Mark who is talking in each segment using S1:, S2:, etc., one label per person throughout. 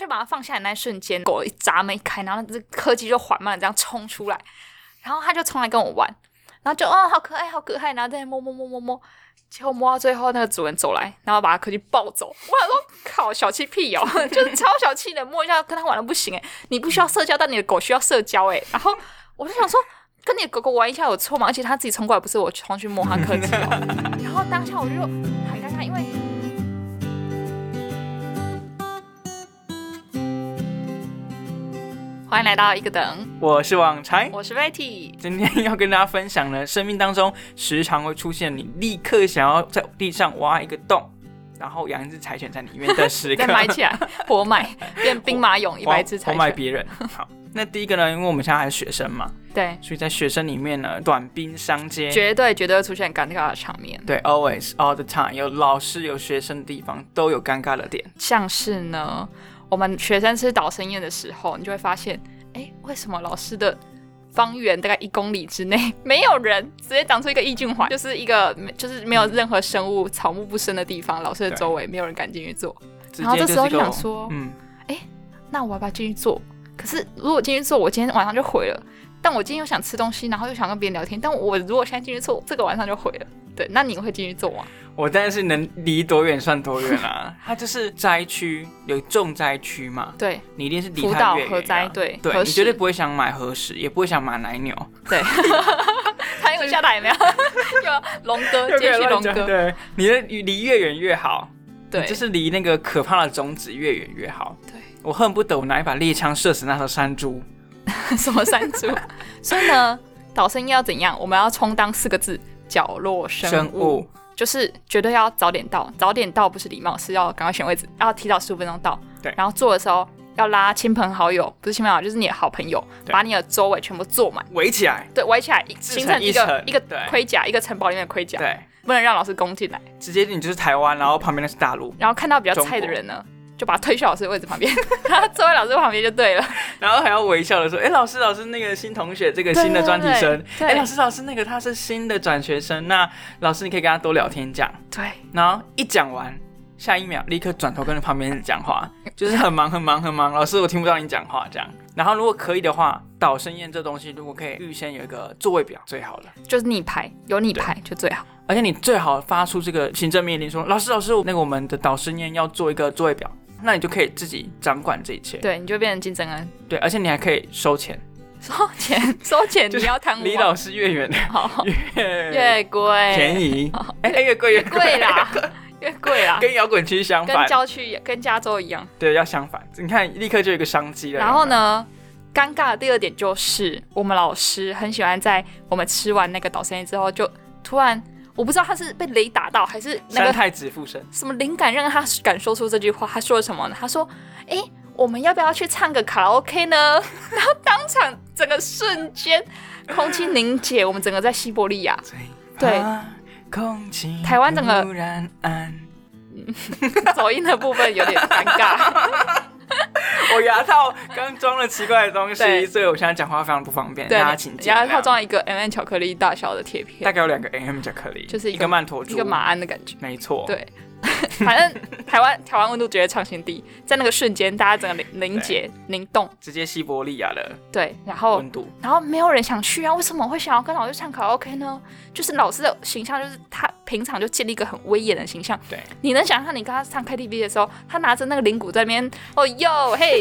S1: 就把它放下来那一瞬间，狗一闸门一开，然后这柯基就缓慢的这样冲出来，然后它就冲来跟我玩，然后就哦好可爱好可爱，然后在那摸摸摸摸摸，结果摸到最后那个主人走来，然后把柯基抱走。 我想说靠小气屁哦， 就是超小气的，摸一下跟它玩的不行诶，你不需要社交，但你的狗需要社交诶。然后我就想说。跟你的狗狗玩一下有错吗？而且它自己冲过来，不是我冲去摸它柯基哦。然后当下我就很尴尬，因为欢迎来到一个等，
S2: 我是网柴，
S1: 我是 Betty。
S2: 今天要跟大家分享呢，生命当中时常会出现你立刻想要在地上挖一个洞，然后养一只柴犬在里面的时
S1: 再。
S2: 刻
S1: 买起来，活买变兵马俑一百只
S2: 我
S1: 柴
S2: 我卖
S1: 犬，
S2: 别人。好，那第一个呢，因为我们现在还是学生嘛，
S1: 对，
S2: 所以在学生里面呢，短兵相接，
S1: 绝对绝对会出现尴尬的场面。
S2: 对，always all the time，有老师有学生的地方都有尴尬的点。
S1: 像是呢，我们学生吃导生宴的时候，你就会发现，哎，为什么老师的方圆大概一公里之内没有人，直接长出一个抑菌环，就是一个 就是没有任何生物、草木不生的地方，老师的周围没有人敢进去坐。
S2: 直
S1: 然后
S2: 接
S1: 这
S2: 是
S1: 时候
S2: 一
S1: 就
S2: 个
S1: 想说，
S2: 嗯，
S1: 那我要不要进去做？可是如果进去做，我今天晚上就毁了。但我今天又想吃东西，然后又想跟别人聊天，但我如果现在进去做，这个晚上就毁了。对，那你会进去做吗？
S2: 我当然是能离多远算多远啦、它就是灾区，有重灾区嘛，
S1: 对，
S2: 你一定是离
S1: 辅
S2: 它
S1: 导
S2: 越远、啊。
S1: 核灾，对，
S2: 对
S1: 核
S2: 你绝对
S1: 实
S2: 不会想买和食，也不会想买奶 牛，
S1: 对，他英文下来没有？ 有龙哥，接续龙哥，
S2: 对，你的离越远越好，
S1: 对，
S2: 你就是离那个可怕的种子越远越好。
S1: 对，
S2: 我恨不得我拿一把猎枪射死那头山猪。
S1: 什么山 猪。所以呢，导生要怎样？我们要充当四个字：角落生物，
S2: 生物，
S1: 就是绝对要早点到。早点到不是礼貌，是要赶快选位置，要提早十五分钟到。
S2: 对
S1: 然后做的时候要拉亲朋好友，不是亲朋好友，就是你的好朋友，
S2: 对
S1: 把你的周围全部坐满，
S2: 围起来。
S1: 对，围起来，形成一个
S2: 成一层
S1: 一个
S2: 对
S1: 盔甲，一个城堡里面的盔甲，
S2: 对，
S1: 不能让老师攻进来。
S2: 直接你就是台湾，然后旁边那是大陆，
S1: 然后看到比较菜的人呢，就把他推去老师的位置旁边， 然后坐在老师旁边就对了。
S2: 然后还要微笑的说：“哎、老师，老师，那个新同学，这个
S1: 对
S2: 新的专题生，
S1: 对对
S2: 哎、老师，老师，那个他是新的转学生，那老师你可以跟他多聊天讲。
S1: 对，”
S2: 然后一讲完，下一秒立刻转头跟旁边人 讲话，就是很忙很忙很忙，老师我听不到你讲话这样。然后如果可以的话，导生宴这东西如果可以预先有一个座位表最好了，
S1: 就是你排，有你排就最好。
S2: 而且你最好发出这个行政命令说：“老师，老师，那个我们的导生宴要做一个座位表。”那你就可以自己掌管这一切，
S1: 对，你就变成金正恩，
S2: 对，而且你还可以收钱，
S1: 收钱收钱，
S2: 就
S1: 你
S2: 是
S1: 要贪污
S2: 离
S1: 啊，
S2: 老师越远
S1: 好
S2: 越
S1: 越贵，
S2: 便宜，哎、哎越贵越
S1: 越贵，啦，越贵啦，
S2: 跟摇滚区相
S1: 跟
S2: 反，
S1: 郊区跟加州一样。
S2: 对，要相反。你看，立刻就有一个商机了。
S1: 然后？呢，
S2: 啊
S1: 尴尬的第二点就是，我们老师很喜欢在我们吃完那个导生宴之后，就突然我不知道他是被雷打到还是那
S2: 三
S1: 个
S2: 太子附身，
S1: 什么灵感让他敢说出这句话？他说了什么呢？他说：“诶，我们要不要去唱个卡拉 OK 呢？” 然后当场整个瞬间空气凝结，我们整个在西伯利亚， 对，
S2: 啊空气
S1: 台湾整个
S2: 突然暗，
S1: 走音的部分有点尴 尬。
S2: 我牙套刚装了奇怪的东西，
S1: 对
S2: 所以我现在讲话非常不方便，
S1: 对
S2: 大家请，见
S1: 然
S2: 谅。
S1: 后他装了一个 M N 巧克力大小的铁片，
S2: 大概有两个 M 巧克力，
S1: 就是一
S2: 一
S1: 个
S2: 个曼陀珠，
S1: 一个马鞍的感觉。
S2: 没错，
S1: 对 反正台湾 台湾温度绝对创新低，在那个瞬间，大家整个凝凝结凝冻。
S2: 直接西伯利亚的
S1: 对，然后
S2: 温度，
S1: 然后没有人想去啊，为什么会想要跟老师唱卡拉 OK 呢？就是老师的形象，就是他平常就建立一个很威严的形象。
S2: 对，
S1: 你能想象你跟他唱 KTV 的时候，他拿着那个铃鼓在那边，哦哟嘿，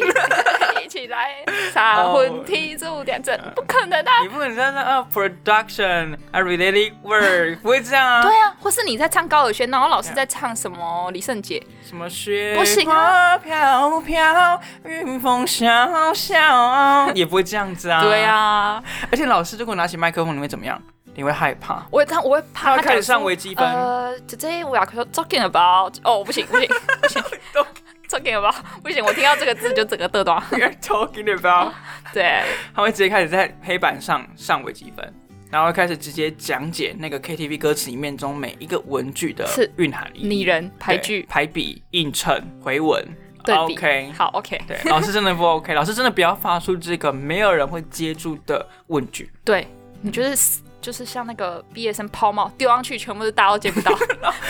S1: 一起来，撒
S2: 哦
S1: 婚踢足两阵，不可 能的、啊。
S2: 你不能在那啊 production a related word 不会这样啊，
S1: 对啊，或是你在唱高尔宣，然后老师在唱什么李圣杰，
S2: 什么雪
S1: 不行啊
S2: 花飘飘，云风萧萧，也不会这样子啊。
S1: 对，啊，
S2: 而且老师如果拿起麦克风，你会怎么样？你会害 怕，
S1: 我他我会怕
S2: 他会开
S1: 敢
S2: 始上
S1: 说
S2: 微积分
S1: 呃，today we are talking about，哦，不行不 行不行，talking about，不行，我听到这个字就整个嘚嘚。
S2: We are talking about，
S1: 对，
S2: 他会直接开始在黑板上上微积分，然后开始直接讲解那个 KTV 歌词里面中每一个文句的
S1: 是
S2: 蕴含意义
S1: 拟人排
S2: 对
S1: 句
S2: 排比、映衬、回文。
S1: 对比。
S2: OK，
S1: 好，OK，
S2: 对，老师真的不 OK，老师真的不要发出这个没有人会接住的问句。
S1: 对，你就是就是像那个毕业生抛锚丢上去，全部是大家都接不 到，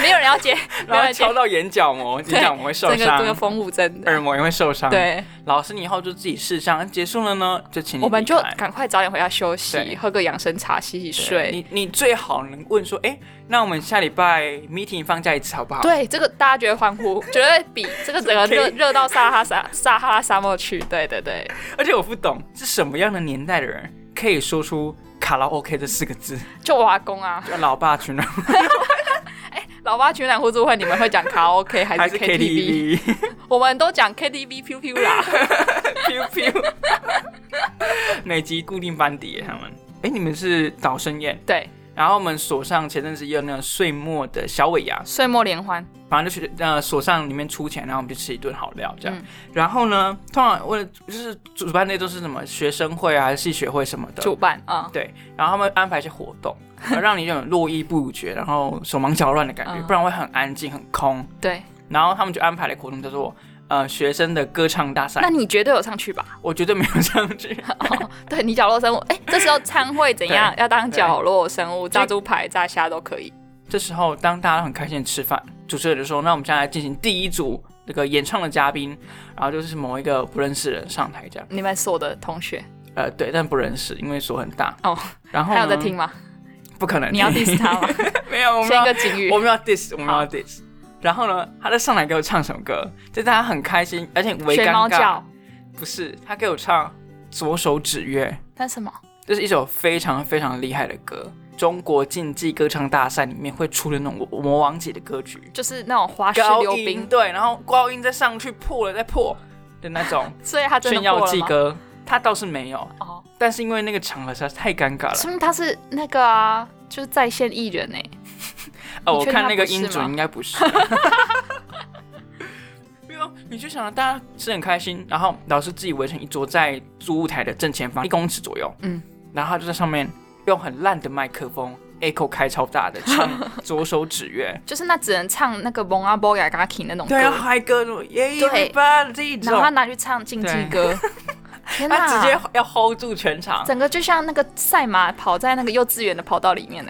S1: 没有人要接，没有
S2: 然后
S1: 人接
S2: 敲，到眼角膜，眼
S1: 对
S2: 角膜会受
S1: 整个整个
S2: 伤，
S1: 风舞真的。
S2: 耳膜也会受伤。，
S1: 对，
S2: 老师你以后就自己试上，结束了呢，就请你
S1: 我们就
S2: 离开
S1: 赶快早点回家休息，
S2: 对
S1: 喝个养生茶，洗洗
S2: 对
S1: 睡。
S2: 你你最好能问说，哎、那我们下礼拜 meeting 放假一次好不好？
S1: 对，这个大家觉得欢呼，绝对比这个整个 热
S2: OK
S1: 热到撒哈拉沙撒哈拉沙漠去。对对对，
S2: 而且我不懂是什么样的年代的人可以说出卡拉 OK 这四个字，
S1: 就我阿公啊，
S2: 就老爸群人
S1: 老爸群览互助会，你们会讲卡拉 OK 还
S2: 还
S1: 是
S2: 是
S1: KTV？
S2: KTV。
S1: 我们都讲 KTV Q Q 啦。
S2: pew pew，每集固定班底耶他们。哎、你们是导生宴，
S1: 对，
S2: 然后我们锁上前阵子也有那种岁末的小尾牙，
S1: 岁末联欢，
S2: 反正就去呃锁上里面出钱，然后我们就吃一顿好料这样。
S1: 嗯
S2: 然后呢，通常为了就是主办那都是什么学生会啊、还是系学会什么的，
S1: 主办啊、
S2: 对，然后他们安排一些活 动，让你有种络绎不绝，然后手忙脚乱的感觉，
S1: 嗯
S2: 不然会很安静很空。
S1: 对，
S2: 然后他们就安排了一个活动叫做呃学生的歌唱大赛
S1: 那，你绝对有上去吧？
S2: 我绝对没有上去。
S1: 对你角落生物，哎、这时候参会怎样？要当角落生物，炸猪排、炸虾都可以。
S2: 这时候，当大家都很开心地吃饭，主持人就说：“那我们现在来进行第一组这个演唱的嘉宾，然后就是某一个不认识的人上台这样。
S1: 你们所的同学，”
S2: 呃，对，但不认识，因为锁很大。
S1: 哦，
S2: 然后
S1: 他有在
S2: 呢
S1: 听？吗？
S2: 不可能。
S1: 你要 diss 他吗？
S2: 没有，我们
S1: 先一
S2: 要
S1: 个警语
S2: 我，们要 diss，我们
S1: 好
S2: 要 diss。然后呢，他就上来给我唱首歌，就大家很开心，而且微
S1: 学猫
S2: 尴尬。
S1: 叫，
S2: 不是，他给我唱《左手指月》，
S1: 但什么？
S2: 这是一首非常非常厉害的歌，中国竞技歌唱大赛里面会出的那种魔王级的歌曲。
S1: 就是那种花式
S2: 高
S1: 溜
S2: 音
S1: 冰，
S2: 对，然后高音再上去破了再破的那种
S1: 所 以他真的
S2: 炫耀
S1: 过了
S2: 技
S1: 吗？
S2: 歌，他倒是没有，
S1: 哦，
S2: 但是因为那个场合实在是太尴尬了。
S1: 说明他是那个啊，就是在线艺人哎、你
S2: 哦，我
S1: 确定
S2: 看
S1: 他
S2: 那个
S1: 不是
S2: 音准
S1: 吗
S2: 应该不是。 没有，你就想大家吃得很开心，然后老师自己围成一桌，在主舞台的正前方一公尺左右，
S1: 嗯，
S2: 然后他就在上面用很烂的麦克风 echo 开超大的 唱《左手指月》，
S1: 就是那只能唱那个蒙阿波嘎嘎 k 那种歌，
S2: 对啊，嗨歌那种耶
S1: 对
S2: everybody 这一
S1: 然后他
S2: 种，
S1: 拿去唱竞技歌， 天哪！
S2: 他直接要 hold 住全场，
S1: 整个就像那个赛马跑在那个幼稚园的跑道里 面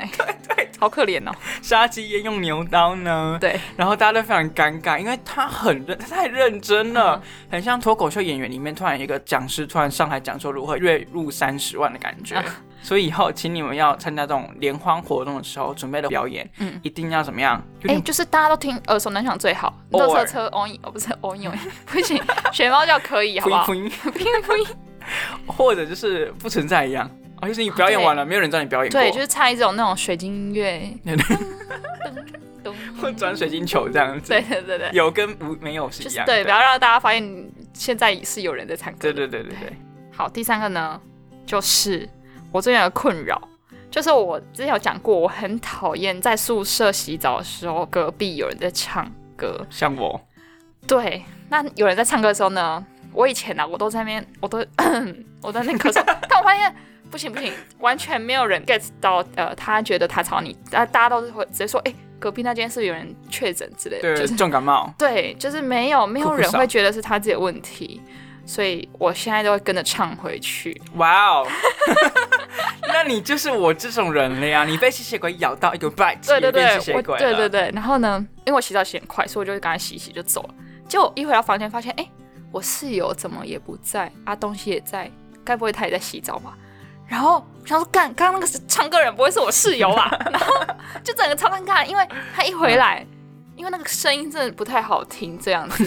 S1: 哎、好可怜哦。
S2: 杀鸡焉用牛刀呢？
S1: 对，
S2: 然后大家都非常尴尬，因为他很认，他太认真
S1: 嗯
S2: 了，很像脱口秀演员里面突然有一个讲师突然上台讲说如何月入三十万的感觉。
S1: 啊
S2: 所以以后，请你们要参加这种联欢活动的时候，准备的表演，
S1: 嗯
S2: 一定要怎么样？有
S1: 哎、
S2: 点
S1: 就是大家都听耳熟能详最好。
S2: 偶
S1: 乐
S2: 尔
S1: 色车 on 哦不是 on 不行，学猫叫可以好
S2: 噗
S1: 不 好？
S2: 一噗
S1: 拼 不赢。
S2: 一或者就是不存在一样，哦，就是你表演完了，没有人知道你表演过，
S1: 对，就是唱一种那种水晶音 乐。咚
S2: 或转水晶球这样子，
S1: 对对对对，
S2: 有跟无没有是
S1: 就
S2: 一
S1: 是
S2: 样的，
S1: 对，不要让大家发现现在是有人在唱歌
S2: 对
S1: 的。
S2: 对对对对，
S1: 好，第三个呢，就是我最近的困扰，就是我之前有讲过，我很讨厌在宿舍洗澡的时候，隔壁有人在唱歌。
S2: 像我，
S1: 对，那有人在唱歌的时候呢，我以前呢、我都在那边，我都我在那边咳 嗽，但我发现。不行不行，完全没有人 get 到，呃，他觉得他吵你，大大家都是会直接说，哎、隔壁那间是不是有人确诊之类的，
S2: 对
S1: 就是
S2: 重感冒，
S1: 对，就是没有没有
S2: 酷酷
S1: 人
S2: 少
S1: 会觉得是他自己的问题，所以我现在都会跟着唱回去。
S2: 哇哦！ 那你就是我这种人了呀！你被吸血鬼咬到一个 bite，
S1: 对对对
S2: 也变吸，
S1: 我
S2: 血鬼啊
S1: 对对
S2: 对，
S1: 对。然后呢，因为我洗澡洗很快，所以我就赶快洗一洗就走了。结果一回到房间，发现哎、诶我室友怎么也不在啊，东西也在，该不会他也在洗澡吧？然后我想说，干，刚刚那个是唱歌人不会是我室友吧？然后就整个超尴尬，因为他一回来，因为那个声音真的不太好听，这样子。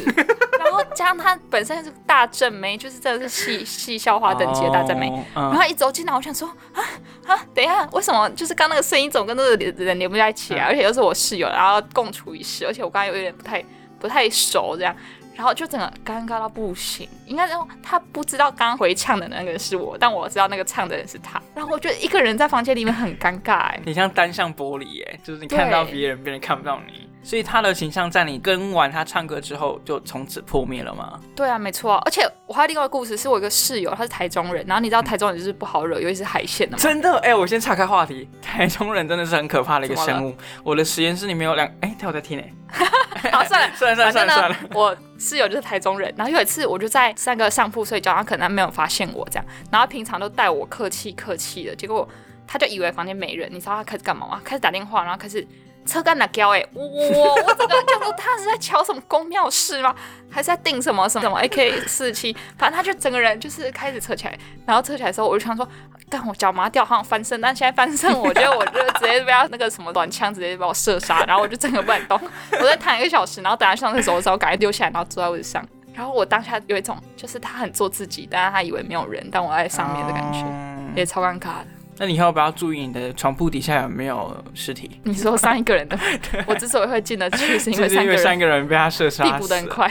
S1: 然后加上他本身是大正妹，就是真的是戏戏校花等级的大正妹。
S2: 哦
S1: 然后
S2: 嗯，
S1: 他一走进来，我想说啊啊，等一下，为什么就是刚那个声音总跟那个人人连不在一起啊？
S2: 嗯
S1: 而且又是我室友，然后共处一室，而且我刚刚有点不太不太熟这样，然后就整个尴尬到不行。应该说他不知道刚刚回唱的那个人是我，但我知道那个唱的人是他。然后我觉得一个人在房间里面很尴尬 哎、
S2: 你像单向玻璃耶，就是你
S1: 对
S2: 看到别人，别人看不到你。所以他的形象在你跟完他唱歌之后，就从此破灭了吗？
S1: 对啊，没错、啊。而且我还有另外一个故事，是我一个室友，他是台中人，然后你知道台中人就是不好惹，尤其是海鲜的嘛。
S2: 真的，哎、我先岔开话题。 台中人真的是很可怕的一个
S1: 怎么了
S2: 生物。我的实验室里面有两，哎、他有在听哎、
S1: 好，算了。
S2: 算了算了
S1: 反
S2: 算
S1: 正
S2: 了算
S1: 呢
S2: 了，，
S1: 我室友就是台中人，然后有一次我就在三个上铺睡觉，然后可能他没有发现我这样，然后平常都待我客气客气的，结果他就以为房间没人，你知道他开始干嘛吗？开始打电话，然后开始车干哪胶哎，我我我整个就说他是在瞧什么公庙事吗？还是在订什么什么哎什么 AK 四七？反正他就整个人就是开始扯起来，然后扯起来的时候，我就想说，但我脚麻掉，好想翻身，但现在翻身，我觉得我就直接被他那个什么短枪直接把我射杀，然后我就整个不敢动，我在躺一个小时，然后等他上厕所的时候，赶快丢下来，然后坐在位置上。然后我当下有一种就是他很做自己，但是他以为没有人，但我在上面的感觉，
S2: 嗯
S1: 也超尴尬的。
S2: 那你以后不要注意你的床铺底下有没有尸体，
S1: 你说上一个人的， 我之所以会进得去，是因为
S2: 就是
S1: 三
S2: 因
S1: 个
S2: 为
S1: 人
S2: 三个人被他射杀死
S1: 递
S2: 了，
S1: 补的很快。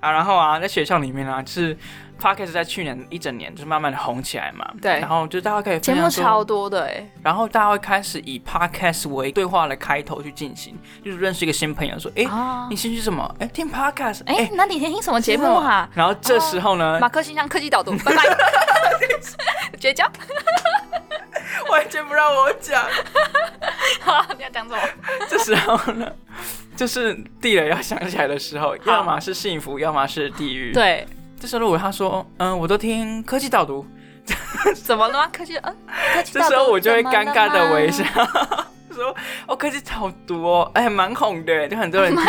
S2: 啊，然后啊，在学校里面啊，就是 podcast 在去年一整年就是慢慢的红起来嘛，
S1: 对
S2: 然后就大家可以
S1: 节
S2: 分
S1: 目
S2: 享
S1: 超
S2: 说，
S1: 多的哎、
S2: 然后大家会开始以 podcast 为对话的开头去进行，就是认识一个新朋友说，哎、
S1: 啊
S2: 你，兴趣什么？哎，听 podcast，
S1: 哎、那你听什么节目啊？哦
S2: 然后这时候呢，
S1: 马克信箱科技导读， 拜拜，绝交。
S2: 完全不让 我讲。
S1: 好，你要讲什么？
S2: 这时候呢， 就是地雷要想起来的时候，要么是幸福，要么是地狱。，
S1: 对，
S2: 这时候如果他说，嗯，我都听科技导读，
S1: 怎么了吗？科技，嗯，科技
S2: 这
S1: 导读
S2: 时候我就会
S1: 怎么了啊
S2: 尴
S1: 吗
S2: 尬的微笑， 说，哦，科技导读哦，哎，蛮红的，就很多人听。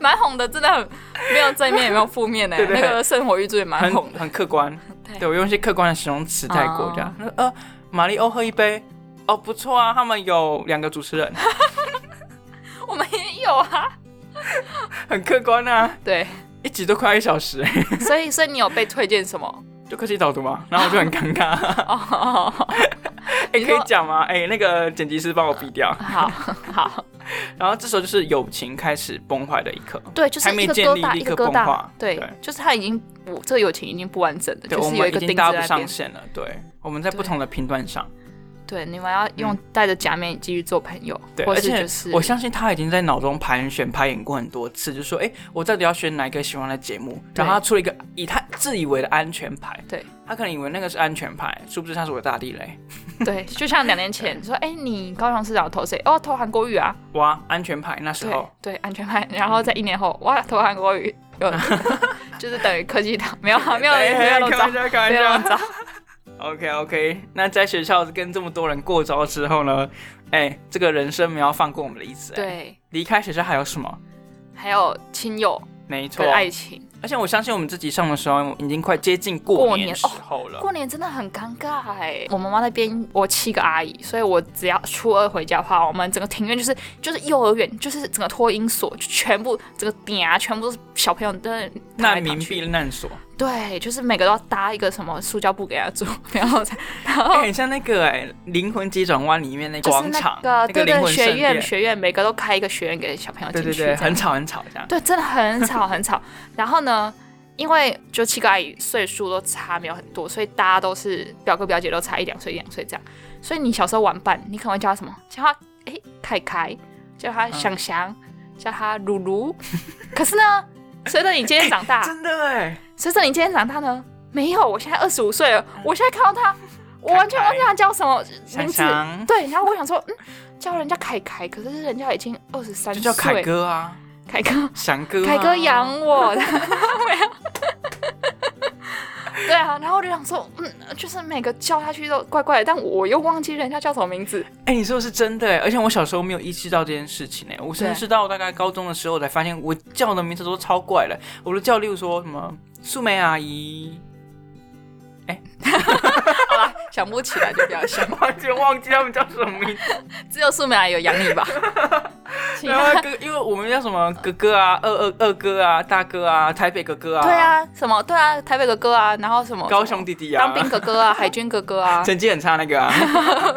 S1: 蛮红的，真的很没有正面也没有负面哎、
S2: 对对
S1: 那个生活玉柱也蛮
S2: 很
S1: 红的，
S2: 很客观，
S1: 对
S2: 对我用一些客观的形容词带过
S1: 哦
S2: 这样。他说呃，马里欧喝一杯，哦不错啊，他们有两个主持人，
S1: 我们也有啊。
S2: 很客观啊，
S1: 对，
S2: 一集都快一小时，哎
S1: 所以所以你有被推荐什 么？
S2: 就科技导读嘛，然后我就很尴 尬，
S1: 哦，
S2: 哎、
S1: 你
S2: 可
S1: 说啊
S2: 以讲吗？哎、那个剪辑师帮我逼掉。
S1: 好 好，
S2: 然后这时候就是友情开始崩坏的一刻，
S1: 对，就是
S2: 还没
S1: 一个
S2: 建
S1: 疙
S2: 立
S1: 瘩
S2: 立
S1: 一个
S2: 刻
S1: 疙
S2: 崩
S1: 瘩
S2: 坏，
S1: 对
S2: 对，
S1: 就是他已经不这个友情已经不完整了，
S2: 对，
S1: 就
S2: 我
S1: 是有一
S2: 们
S1: 个钉
S2: 已
S1: 子
S2: 经搭不
S1: 在那
S2: 上
S1: 边。
S2: 线了，对，我们在不
S1: 对
S2: 同的频段上，
S1: 对，你们要用带着假面继续做朋友，
S2: 嗯对，
S1: 或
S2: 而
S1: 是
S2: 且
S1: 就是
S2: 我相信他已经在脑中盘旋、排演过很多次，就说，哎、我到底要选哪一个喜欢的节目？
S1: 对
S2: 然后他出了一个以他自以为的安全牌，
S1: 对，
S2: 他可能以为那个是安全牌，殊不知他是我的大地雷。
S1: 对，就像两年前说，哎、你高雄市长投谁？哦，投韩国瑜啊，
S2: 哇，安全牌那时
S1: 对
S2: 候，
S1: 对，安全牌。然后在一年后，哇，投韩国瑜， 有就是等于科技党，没有啊没有
S2: 哎
S1: 没有
S2: 哎
S1: 漏
S2: 开
S1: 招
S2: 玩，笑，开
S1: 没有
S2: 玩
S1: 漏
S2: 笑。
S1: 招，
S2: OK OK，那在学校跟这么多人过招之后呢，哎、这个人生没有放过我们的一次、哎，
S1: 对，
S2: 离开学校还有什么？
S1: 还有亲友
S2: 没错
S1: 跟，爱情。
S2: 而且我相信我们自己上的时候，已经快接近
S1: 过
S2: 过
S1: 年哦
S2: 年时候了。
S1: 过年真的很尴尬哎、我妈妈那边我七个阿姨，所以我只要初二回家的话，我们整个庭院就是就是幼儿园，就是整个托婴所，就全部整个点啊，全部都是小朋友都在躺来
S2: 难
S1: 躺
S2: 民
S1: 去
S2: 避难所，
S1: 对，就是每个都要搭一个什么塑胶布给他住， 然后才
S2: 哎、很像那个哎、灵魂急转弯》里面那
S1: 就是
S2: 广
S1: 那
S2: 场，
S1: 个对
S2: 个灵
S1: 对
S2: 魂
S1: 学
S2: 圣
S1: 院
S2: 殿，
S1: 学院，每个都开一个学院给小朋友进
S2: 对对
S1: 去，
S2: 对，
S1: 这样
S2: 很吵很吵这样。
S1: 对，真的很吵很吵。然后呢，因为就七个阿姨岁数都差没有很多，所以大家都是表哥表姐都差一两岁一两岁这样。所以你小时候玩伴，你可能会叫他什么？叫他哎凯凯，叫
S2: 嗯
S1: 他想想，叫他鲁鲁。 可是呢，随着你今天长大，
S2: 真的哎、
S1: 随着你今天长大呢，没有，我现在二十五岁了，
S2: 嗯
S1: 我现在看到他，我完全忘记他叫什么名
S2: 想
S1: 字。
S2: 想
S1: 对，然后我想说，嗯，叫人家凯凯，可是人家已经二十三
S2: 就
S1: 岁，
S2: 叫凯，哥啊，
S1: 凯哥，
S2: 翔哥、啊，
S1: 凯哥养我， 没有。对啊，然后我就想说，嗯，就是每个叫下去都怪怪的，但我又忘记人家叫什么名字。
S2: 哎、你说的是真的、欸，而且我小时候没有意识到这件事情呢、哎我甚
S1: 对
S2: 至是到大概高中的时候才发现，我叫的名字都超怪了，我都叫，例如说什么素梅阿姨，
S1: 好啦，想不起来就不要想，
S2: 完全忘记他们叫什么名 字。
S1: 只有素美阿姨有养你吧。 其
S2: 然后
S1: 他
S2: 哥，因为我们叫什么哥哥啊、二二二哥啊、大哥啊、台北哥哥啊，
S1: 对，啊，什么对啊，台北哥哥啊，然后什么
S2: 高雄弟弟啊，
S1: 当兵哥哥啊，海军哥哥 啊，
S2: 成绩很差那 个啊，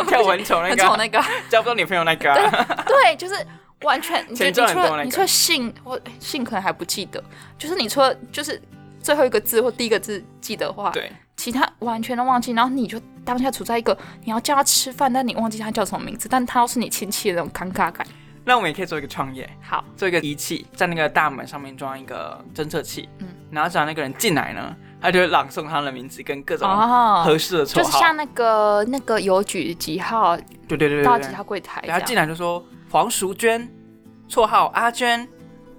S2: 跳舞很丑那
S1: 很
S2: 个
S1: 丑
S2: 啊，
S1: 那个，
S2: 交不到女朋友那个啊，
S1: 对，就是完全，你就
S2: 前
S1: 你除
S2: 传很多那
S1: 了
S2: 个
S1: 你除了姓或姓可能还不记得，就是你除了就是最后一个字或第一个字记得的话，
S2: 对，
S1: 其他完全都忘记，然后你就当下处在一个你要叫他吃饭，但你忘记他叫什么名字，但他又是你亲戚的那种尴尬感。
S2: 那我们也可以做一个创业，
S1: 好，
S2: 做一个仪器，在那个大门上面装一个侦测器，
S1: 嗯
S2: 然后只要那个人进来呢，他就会朗诵他的名字跟各种
S1: 哦，
S2: 合适的绰
S1: 就是
S2: 号，
S1: 像那个那个邮局几号
S2: 对对对对
S1: 到
S2: 对
S1: 几
S2: 对，
S1: 号柜台这
S2: 然后进
S1: 样，
S2: 来就说黄淑娟，绰号阿娟、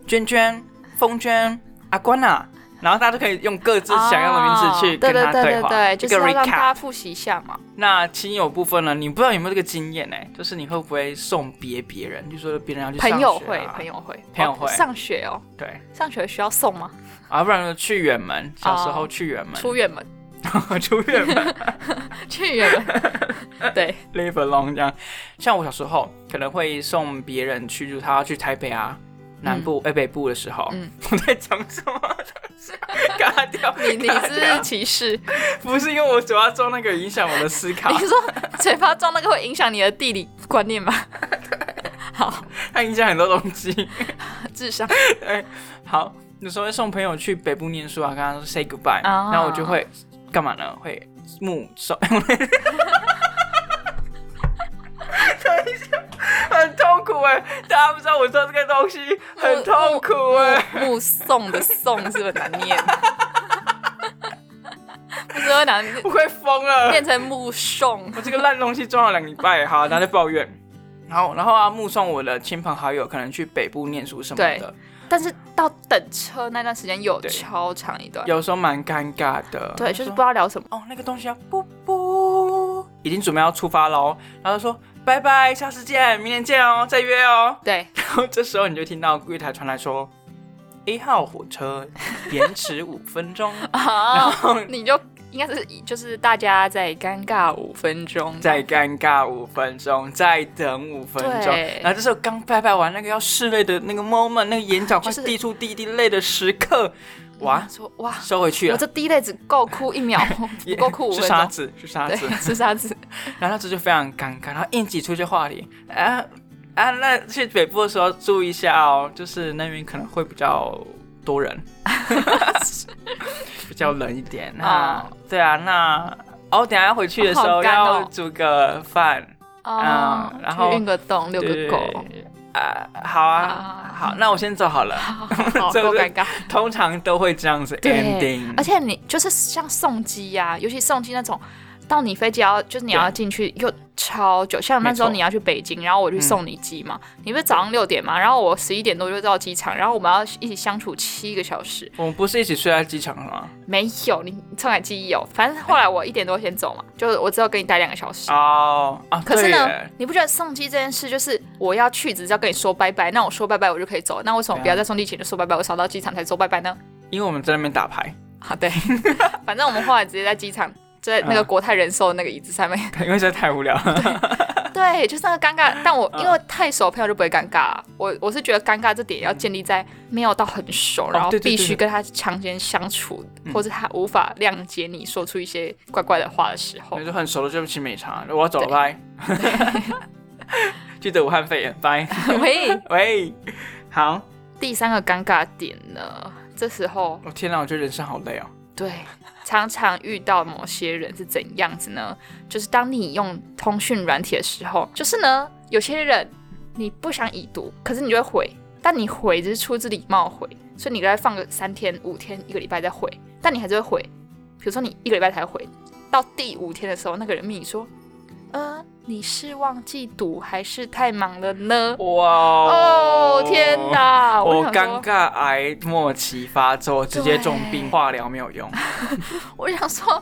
S2: 娟娟、风娟、阿关啊，然然后大家就可以用各自想要的名字去
S1: 哦对
S2: 跟
S1: 对
S2: 他
S1: 对对
S2: 话，
S1: 对，
S2: 一
S1: 就是
S2: 个
S1: 要让大
S2: recap
S1: 家。复习一下嘛。
S2: 那亲友部分呢？你不知道有没有这个经验呢、就是你会不会送别别人，就说别人要去上学、啊、
S1: 朋友会，朋友会，
S2: 朋友会
S1: 哦上学哦，
S2: 对，
S1: 上学需要送吗？
S2: 啊，不然就去远门，小时候去远门，
S1: 哦出远门，
S2: 出远门
S1: 去远门， 对，
S2: live alone 这样。像我小时候可能会送别人去，就是他要去台北啊。南部哎、北部的时候，
S1: 嗯
S2: 我在讲什么 东西？嘎掉，
S1: 你你
S2: 嘎
S1: 是不是
S2: 掉
S1: 歧视？
S2: 不是因为我嘴巴中那个影响我的思 考
S1: 你，说嘴巴撞那个会影响你的地理观念吗？
S2: 它影响很多东西。
S1: 智商
S2: 好，有时候会送朋友去北部念书啊，跟他说 say goodbye，、
S1: 哦
S2: 然后我就会干嘛呢？会目送。 等一下，很痛苦哎、大家不知道我做这个东西很痛苦哎、
S1: 目目送的送是不是很难 念？不是会难
S2: 我快疯了。
S1: 变成目送
S2: 我这个烂东西装了两礼拜，好，大家抱怨。然后，然后啊，目送我的亲朋好友可能去北部念书什么的，
S1: 但是到等车那段时间有
S2: 对
S1: 超长一段，
S2: 有时候蛮尴尬的。
S1: 对，就是不知
S2: 说
S1: 道聊什么。
S2: 哦，那个东西啊，不不，已经准备要出发喽。然后说拜拜，下次见，明年见哦，再约哦。
S1: 对，
S2: 然后这时候你就听到柜台传来说，一号火车 延迟五分钟，
S1: 然后哦你就应该是就是大家在尴尬五分钟，
S2: 再尴尬五分钟，再等五分钟。
S1: 对
S2: 然后这时候刚拜拜完那个要拭泪的那个 moment，那个眼角
S1: 就
S2: 快
S1: 是
S2: 滴出第一滴泪的时刻，哇，
S1: 说哇，
S2: 收回去
S1: 我
S2: 了。
S1: 这第一类只够哭一 秒，不够哭五
S2: 是
S1: 分
S2: 沙
S1: 钟。
S2: 子，是沙
S1: 对
S2: 子。，
S1: 是沙子。
S2: 然后这就非常尴尬，然后硬挤出一句话里，啊啊，那去北部的时候注意一下哦，就是那边可能会比较多人， 比较冷一点。那、
S1: 哦
S2: 对啊，那哦，等一下要回去的时候、
S1: 好干哦
S2: 要煮个饭。
S1: 啊
S2: 嗯，然后
S1: 去运个动，遛个狗，
S2: 对啊、好啊
S1: 啊，
S2: 好，那我先走好 了。
S1: 好好
S2: 这
S1: 哦够
S2: 个
S1: 尴尬。
S2: 通常都会这样子
S1: 对
S2: ending，
S1: 而且你就是像送机呀、尤其送机那种，到你飞机要就是你要进去又超久，像那时候
S2: 没错
S1: 你要去北京，然后我去送你机嘛，你不是早上六点嘛，然后我十一点多就到机场，然后我们要一起相处七个小时，
S2: 我们不是一起睡在机场了吗？
S1: 没有你篡改记忆有，反正后来我一点多先走嘛，就是我只有跟你待两个小时。
S2: 哦啊，
S1: 可是
S2: 对
S1: 呢
S2: 耶，
S1: 你不觉得送机这件事就是我要去，只是要跟你说拜拜，那我说拜拜我就可以走，那为什么不要在送机前就说拜拜，我少到机场才说拜拜 呢？
S2: 因为我们在那边打牌，
S1: 啊，对，反正我们后来直接在机场，在那个国泰人寿的那个椅子 上面，
S2: 因为实在太无聊了。
S1: 对，就是那个尴尬。但我
S2: 嗯
S1: 因为太熟，朋友就不会尴尬、我我是觉得尴尬这点要建立在没有到很熟，然后
S2: 哦对对
S1: 必
S2: 对
S1: 须
S2: 对嗯
S1: 跟他长时间相处，或者他无法谅解你说出一些怪怪的话的时候
S2: 那，就很熟了，对不起，美茶，我要走了，拜。 记得武汉肺炎，拜。
S1: 喂，
S2: 喂，好，
S1: 第三个尴尬点呢？这时候
S2: 我、哦天哪，我觉得人生好累哦。
S1: 对，常常遇到某些人是怎样子呢？就是当你用通讯软体的时候，就是呢，有些人你不想已读，可是你就会回，但你回只是出自礼貌回，所以你给他放个三天、五天、一个礼拜再回，但你还是会回。比如说你一个礼拜才回，到第五天的时候，那个人问你说：“呃，你是忘记读还是太忙了呢
S2: 哇？”
S1: 哦
S2: 哦，
S1: 天！哪！
S2: 我
S1: 想
S2: 尴
S1: 说，
S2: 尬癌末期发作，直接重病，化疗没有用。
S1: 我想说。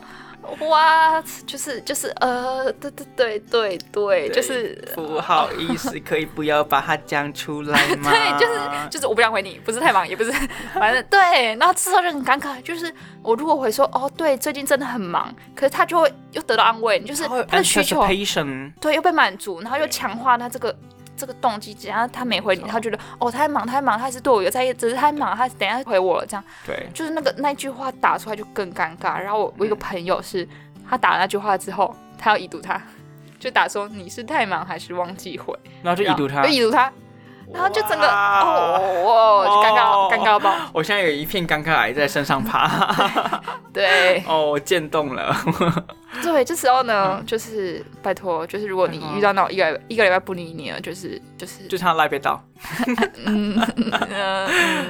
S1: 哇，就是就是呃，对对对对对，就是
S2: 不好意思，可以不要把它讲出来吗？
S1: 对，就是就是我不想回你，不是太忙， 也不是，反正对。然后之后就很尴尬，就是我如果回说哦，对，最近真的很忙，可是他就会又得到安慰，就是
S2: 会有
S1: 他的需求
S2: 哦 anticipation
S1: 对又被满足，然后又强化他这个。这个动机，然后他没回你，他觉得哦，他在忙，他在忙，他还是对我有在意，只是他在忙，他等一下回我了，这样
S2: 对，
S1: 就是那个那一句话打出来就更尴尬。然后我
S2: 嗯
S1: 我一个朋友是，他打了那句话之后，他要已读他， 就打说你是太忙还是忘记回，
S2: 然后就已读他
S1: 就，已读他，然后就整个
S2: 哇
S1: 啊哦，就尴尬
S2: 哦
S1: 尴尬爆，
S2: 我现在有一片尴尬癌在身上爬，
S1: 对
S2: 哦，我渐冻了。
S1: 对，这时候呢，
S2: 嗯
S1: 就是拜托，就是如果你
S2: 拜托
S1: 遇到那种一个一个礼拜不理你了，就是就是
S2: 嗯
S1: 呃
S2: 就他赖被盗，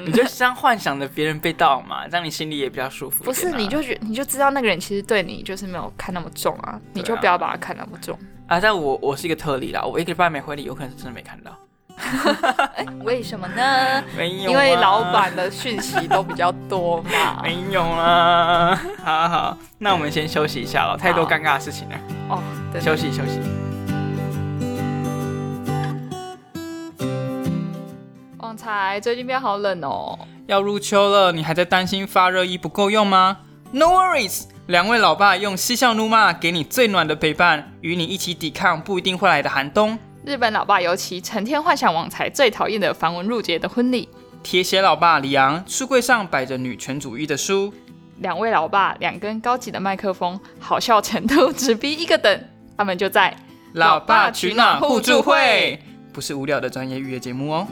S2: 你就这样幻想着别人被盗嘛，这样你心里也比较舒服一
S1: 不
S2: 点
S1: 是
S2: 啊、
S1: 你就觉你就知道那个人其实对你就是没有看那么重啊，你就不要把他看那么重，
S2: 啊？但我我是一个特例啦，我一个礼拜没回你，有可能是真的没看到。
S1: 哎为什么呢？
S2: 没有啊，
S1: 因为老板啊的讯息都比较多 嘛。
S2: 没有啦。 好好，那我们先休息一下了，太多尴尬的事情了，
S1: 哦，对
S2: 休息休息。
S1: 旺财最近变好冷哦。
S2: 要入秋了，你还在担心发热衣不够用吗？No worries，两位老爸用嬉笑怒骂给你最暖的陪伴，与你一起抵抗不一定会来的寒冬。
S1: 日本老爸尤其成天幻想旺财最讨厌的繁文缛节的婚礼。
S2: 铁血老爸李昂，书柜上摆着女权主义的书。
S1: 两位老爸，两根高级的麦克风，好笑程度只比一个等。他们就在
S2: 老爸取暖互助会，不是无聊的专业预约节目哦。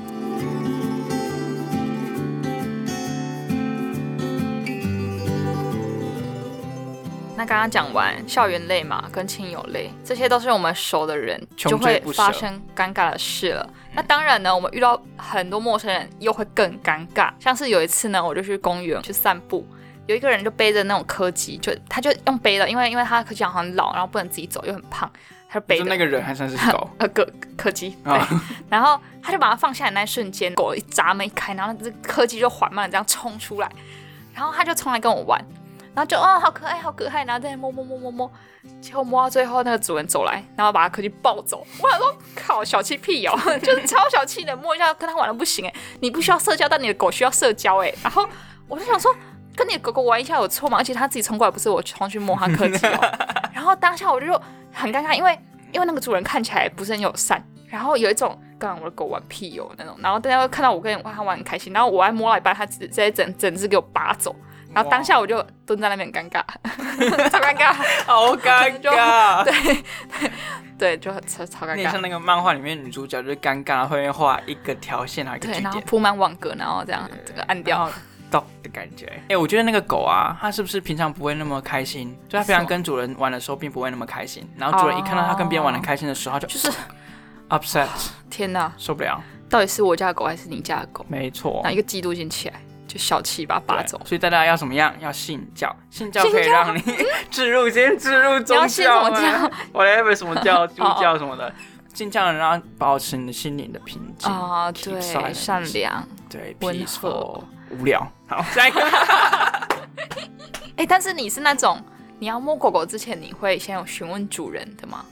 S1: 那刚刚讲完校园类嘛，跟亲友类，这些都是我们熟的人，
S2: 穷
S1: 就
S2: 追
S1: 会
S2: 不舍嗯
S1: 发生尴尬的事了。那当然呢，我们遇到很多陌生人又会更尴尬。像是有一次呢，我就去公园去散步，有一个人就背着那种柯基，就他就用背的，因为因为他柯基好像很老，然后不能自己走，又很胖，他就背
S2: 就
S1: 着
S2: 那个人还算是 狗
S1: 呃柯柯基，对，
S2: 啊，
S1: 然后他就把它放下来那一瞬间，狗一闸门一开，然后那只柯基就缓慢的这样冲出来，然后他就冲来跟我玩，然后就哦好可爱好可爱，然后在那摸摸摸摸摸，结果摸到最后那个主人走来，然后把柯基抱走。我想说靠小气屁哦， 就是超小气的，摸一下跟他玩的不行哎，你不需要社交，但你的狗需要社交哎，然后我就想说。跟你的狗狗玩一下有错吗？而且它自己冲过来，不是我冲去摸它柯基哦。然后当下我就很尴尬，因为因为那个主人看起来不是很友善，然后有一种干我的狗玩屁哟、那种，然后大家会看到我跟他玩很开心，然后我还摸了一半，他直直接整整只给我拔走，然后当下我就蹲在那边很尴尬， 超尴尬，
S2: 好尴 尬。
S1: 对，就很超超尴
S2: 有点
S1: 尬
S2: 像，那个漫画里面女主角就是尴尬，后面画一个条线，然后一个
S1: 对，
S2: 句
S1: 然后
S2: 点，
S1: 铺满网格，然后这样这个按掉，
S2: 到的感觉。哎、我觉得那个狗啊，它是不是平常不会那么开心？就它平常跟主人玩的时候，并不会那么开心。然后主人一看到它跟别人玩的开心的时候，它就
S1: 就是
S2: upset
S1: 天哪，
S2: 受不了。
S1: 到底是我家的狗还是你家的狗？
S2: 没错
S1: 然后，一个嫉妒心起来，就小气把它拔
S2: 对
S1: 走。
S2: 所以大家要怎么样？要信教，信教
S1: 信
S2: 可以
S1: 教
S2: 让你 植入，先植入宗教、啊。
S1: 要信什么教
S2: ？whatever 什么教，基督
S1: 哦哦
S2: 教什么的。信教能让它保持你的心灵的平静
S1: 啊、
S2: keep
S1: 对，
S2: silence
S1: 善良，
S2: 对
S1: 温
S2: peaceful
S1: 和
S2: 无聊。好，下一 个。
S1: 哎，但是你是那种你要摸狗狗之前，你会先有询问主人的吗？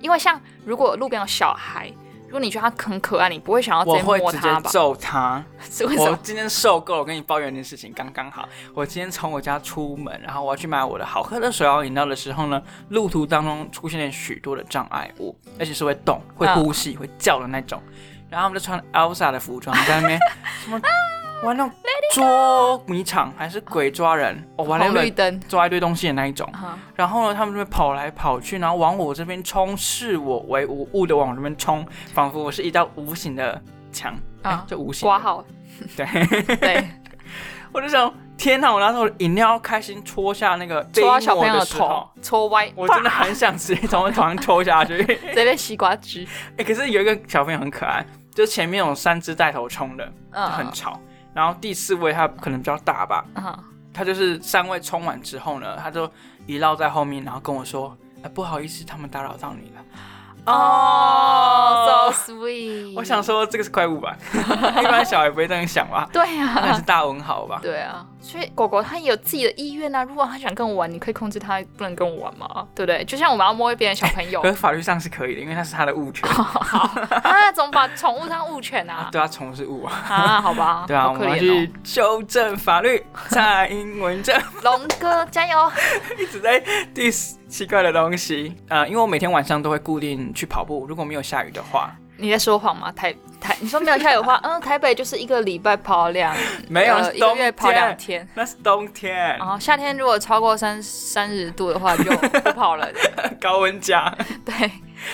S1: 因为像如果路边有小孩，如果你觉得它很可爱，你不会想要
S2: 我
S1: 直接
S2: 会
S1: 摸
S2: 直
S1: 它
S2: 接
S1: 吧？
S2: 揍他。
S1: 是为什
S2: 我
S1: 么？
S2: 今天受够了，我跟你抱怨一件事情，刚刚好。我今天从我家出门，然后我要去买我的好喝的手摇饮料的时候呢，路途当中出现了许多的障碍物，而且是会动、会呼吸、会叫的那种。然后他们就穿 Elsa 的服装在那边什么玩那种捉迷藏还是鬼抓人，哦，玩
S1: 红
S2: 那
S1: 绿
S2: 个
S1: 灯嗯
S2: 抓一堆东西的那一种。
S1: 啊、
S2: 然后呢，他们就会跑来跑去，然后往我这边冲，视我为无物的往我这边冲，仿佛我是一道无形的墙啊
S1: 啊，
S2: 就无形的
S1: 挂号
S2: 对，
S1: 对，
S2: 我就想，天哪！我拿着我的饮料开心戳下那个
S1: 戳到小朋友
S2: 的
S1: 的
S2: 时候
S1: 头，，戳 歪，
S2: 我真的
S1: 啪
S2: 很想直接从头上戳下去。
S1: 直接变西瓜汁，
S2: 哎、可是有一个小朋友很可爱，就前面有三只带头冲的，就
S1: 嗯，
S2: 很哦吵。然后第四位他可能比较大吧，
S1: 嗯，
S2: 他就是三位冲完之后呢，他就一绕在后面，然后跟我说：“哎、不好意思，他们打扰到你了。”
S1: 哦、s o sweet，
S2: 我想说这个是怪物吧， 一般小孩不会这样想吧？
S1: 对呀、
S2: 那
S1: 啊
S2: 是。大文豪吧？
S1: 对啊，所以狗狗它也有自己的意愿啊。如果它想跟我玩，你可以控制它，不能跟我玩嘛，对不对？就像我们要摸别人小朋 友
S2: 可，是法律上是可以的，因为那是他的物权，
S1: 啊，怎么把宠物当物犬啊？
S2: 对他从是物啊。
S1: 啊，好吧，
S2: 对啊，
S1: 好
S2: 我
S1: 可
S2: 们要
S1: 怜
S2: 去修正法律。蔡英文政府
S1: 哦。龙哥加油！
S2: 一直在 diss 奇怪的东西。呃，因为我每天晚上都会固定去跑步，如果没有下雨的话，
S1: 你在说谎吗？台台，你说没有下雨的话， 嗯，台北就是一个礼拜跑两，
S2: 没有、
S1: 呃
S2: 哎是
S1: 一个
S2: 冬
S1: 月跑两
S2: 天，
S1: 天。哦
S2: 那是冬天，
S1: 然后夏天如果超过三三十度的 话，就不跑了。
S2: 高温假。
S1: 对，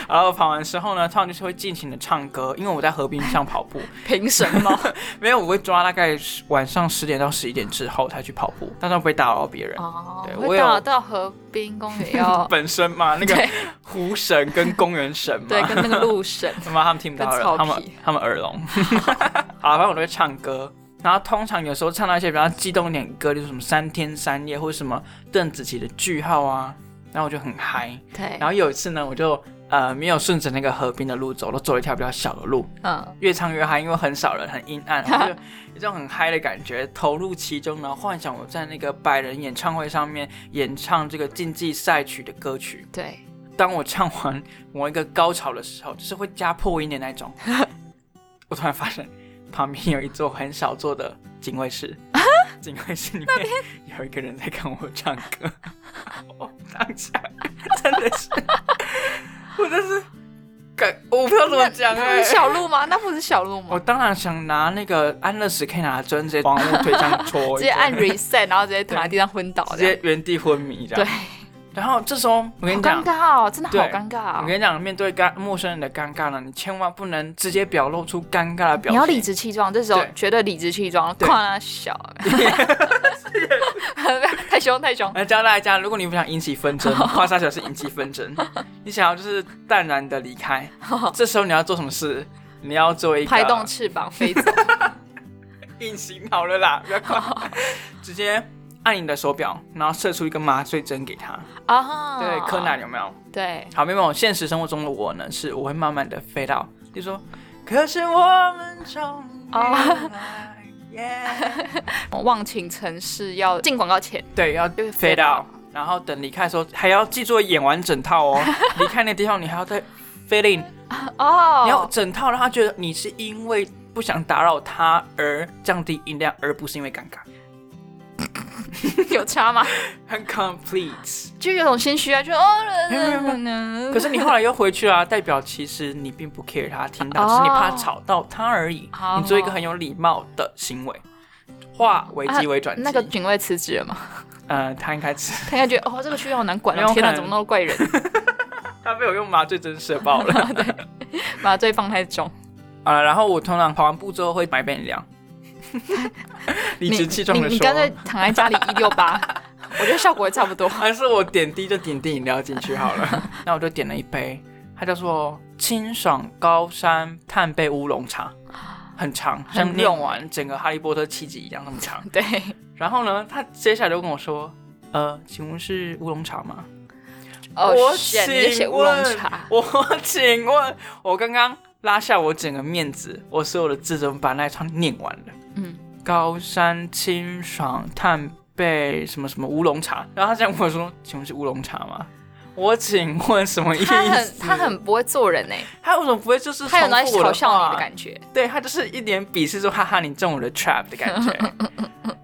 S2: 然后跑完之后呢，通常就是会尽情的唱歌，因为我在河滨上跑 步，
S1: 凭什么？
S2: 没有我会抓大概十晚上十点到十一点之后才去跑步，但是不会打扰别人。
S1: 哦
S2: 对，我
S1: 我
S2: 有
S1: 到到河滨公园要
S2: 本身 嘛，那个
S1: 对
S2: 湖神跟公园神嘛，
S1: 对跟 那个路神，
S2: 他妈他们听不到
S1: 跟
S2: 耳，
S1: 草
S2: 他们
S1: 皮
S2: 他们耳聋。 好，反正我都会唱歌，然后通常有时候唱到一些比较激动一点的歌，就是什么三天三夜或者什么邓紫棋的句号啊，然后我就很嗨。
S1: 对
S2: 然，后有一次呢，我就呃没有顺着那个河边的路走，都走一条比较小的路，
S1: 嗯，
S2: 越唱越嗨，因为很少人，很阴 暗，我就有一种很嗨的感觉，投入其中，然后幻想我在那个百人演唱会上面演唱这个竞技赛曲的歌曲。
S1: 对，
S2: 当我唱完某一个高潮的时候，就是会加破音的 那种，我突然发现旁边有一座很少坐的警卫室，
S1: 啊
S2: 警卫室里面有一个人在看我唱 歌，我当下真的是，我真是感，我不知道怎么讲
S1: 那
S2: 哎、
S1: 不是小鹿吗？那不是小鹿
S2: 我
S1: 吗？
S2: 当然想拿那个安乐死可以拿的针直接往我腿上戳，
S1: 直接按 reset，然后直接躺在地上昏倒
S2: 直
S1: 这样
S2: 接。原地昏迷这
S1: 对
S2: 样。，然后这时候我跟
S1: 好
S2: 你讲
S1: 尴，尬哦，真的好
S2: 对
S1: 尴尬
S2: 我
S1: 哦。
S2: 跟你讲，面对尴陌生人的尴尬呢，你千万不能直接表露出尴尬的表情。
S1: 你要理直气壮，这时候
S2: 对
S1: 绝对理直气壮，
S2: 对
S1: 夸他小， 太凶太凶，
S2: 来教大家，如果你不想引起 纷争，跨沙小是引起纷争， 你想要就是淡然的 离开。这时候你要做什么事？你要做一个
S1: 拍动翅膀飞 走。
S2: 隐形好了啦，不要夸， 直接按你的手表，然后射出一个麻醉针给他。
S1: 啊，
S2: 对，柯南，有没有？
S1: 对，
S2: 好，没有，现实生活中的我呢，是我会慢慢的飞到，就说，可是我们从
S1: 哦
S2: 来 yeah
S1: 我忘情城市要进广告前，
S2: 对，要
S1: 就是
S2: 飞
S1: fade
S2: 到
S1: out，
S2: 然后等离开的时候，还要记住演完整套 哦。离开那地方，你还要再 f i l in，
S1: 哦，
S2: 你要整套让他觉得你是因为不想打扰他而降低音量，而不是因为尴尬。
S1: 有差吗？
S2: 很 complete，
S1: 就有种心虚啊，就哦，
S2: 没有没有
S1: 嗯
S2: 可是你后来又回去啊，代表其实你并不 care 他听到，
S1: 哦
S2: 只是你怕吵到他而已。
S1: 好
S2: 你做一个很有礼貌的行为，化危机为转机。
S1: 那个警卫辞职了嘛？
S2: 呃，他应该是
S1: 他应该觉得哦，这个区域好难管
S2: 没有
S1: 哦，天哪，
S2: 可能
S1: 怎么那么怪人？
S2: 他被我用麻醉针射爆了。
S1: 麻醉放太重，
S2: 啊、然后我通常跑完步之后会买杯 饮料，理直气壮
S1: 你
S2: 的
S1: 你你
S2: 说
S1: 干，脆躺在家里一六八，我觉得效果也差不 多。
S2: 还是我点滴就点滴饮料进去 好了。那我就点了一杯，它叫做清爽高山炭杯乌龙茶，很长，
S1: 很
S2: 像念完整个哈利波特七集一样那么 长。
S1: 对，
S2: 然后呢，他接下来就跟我说。呃，请问是乌龙茶吗？
S1: 哦，
S2: 我
S1: shit，
S2: 请
S1: 你就写乌龙茶，
S2: 我请问，我刚刚拉下我整个面子，我所有的自尊把那一串念完了。
S1: 嗯，
S2: 高山清爽炭焙什么什么乌龙茶，然后他这样问我说：“请问是乌龙茶吗？”我请问什么意思？
S1: 他 很他很不会做人哎，
S2: 他为什么不会就是
S1: 他有
S2: 重
S1: 那
S2: 复我的
S1: 嘲笑
S2: 话
S1: 你的感觉，
S2: 对他就是一脸鄙视说：“哈哈，你中我的 trap 的感觉。”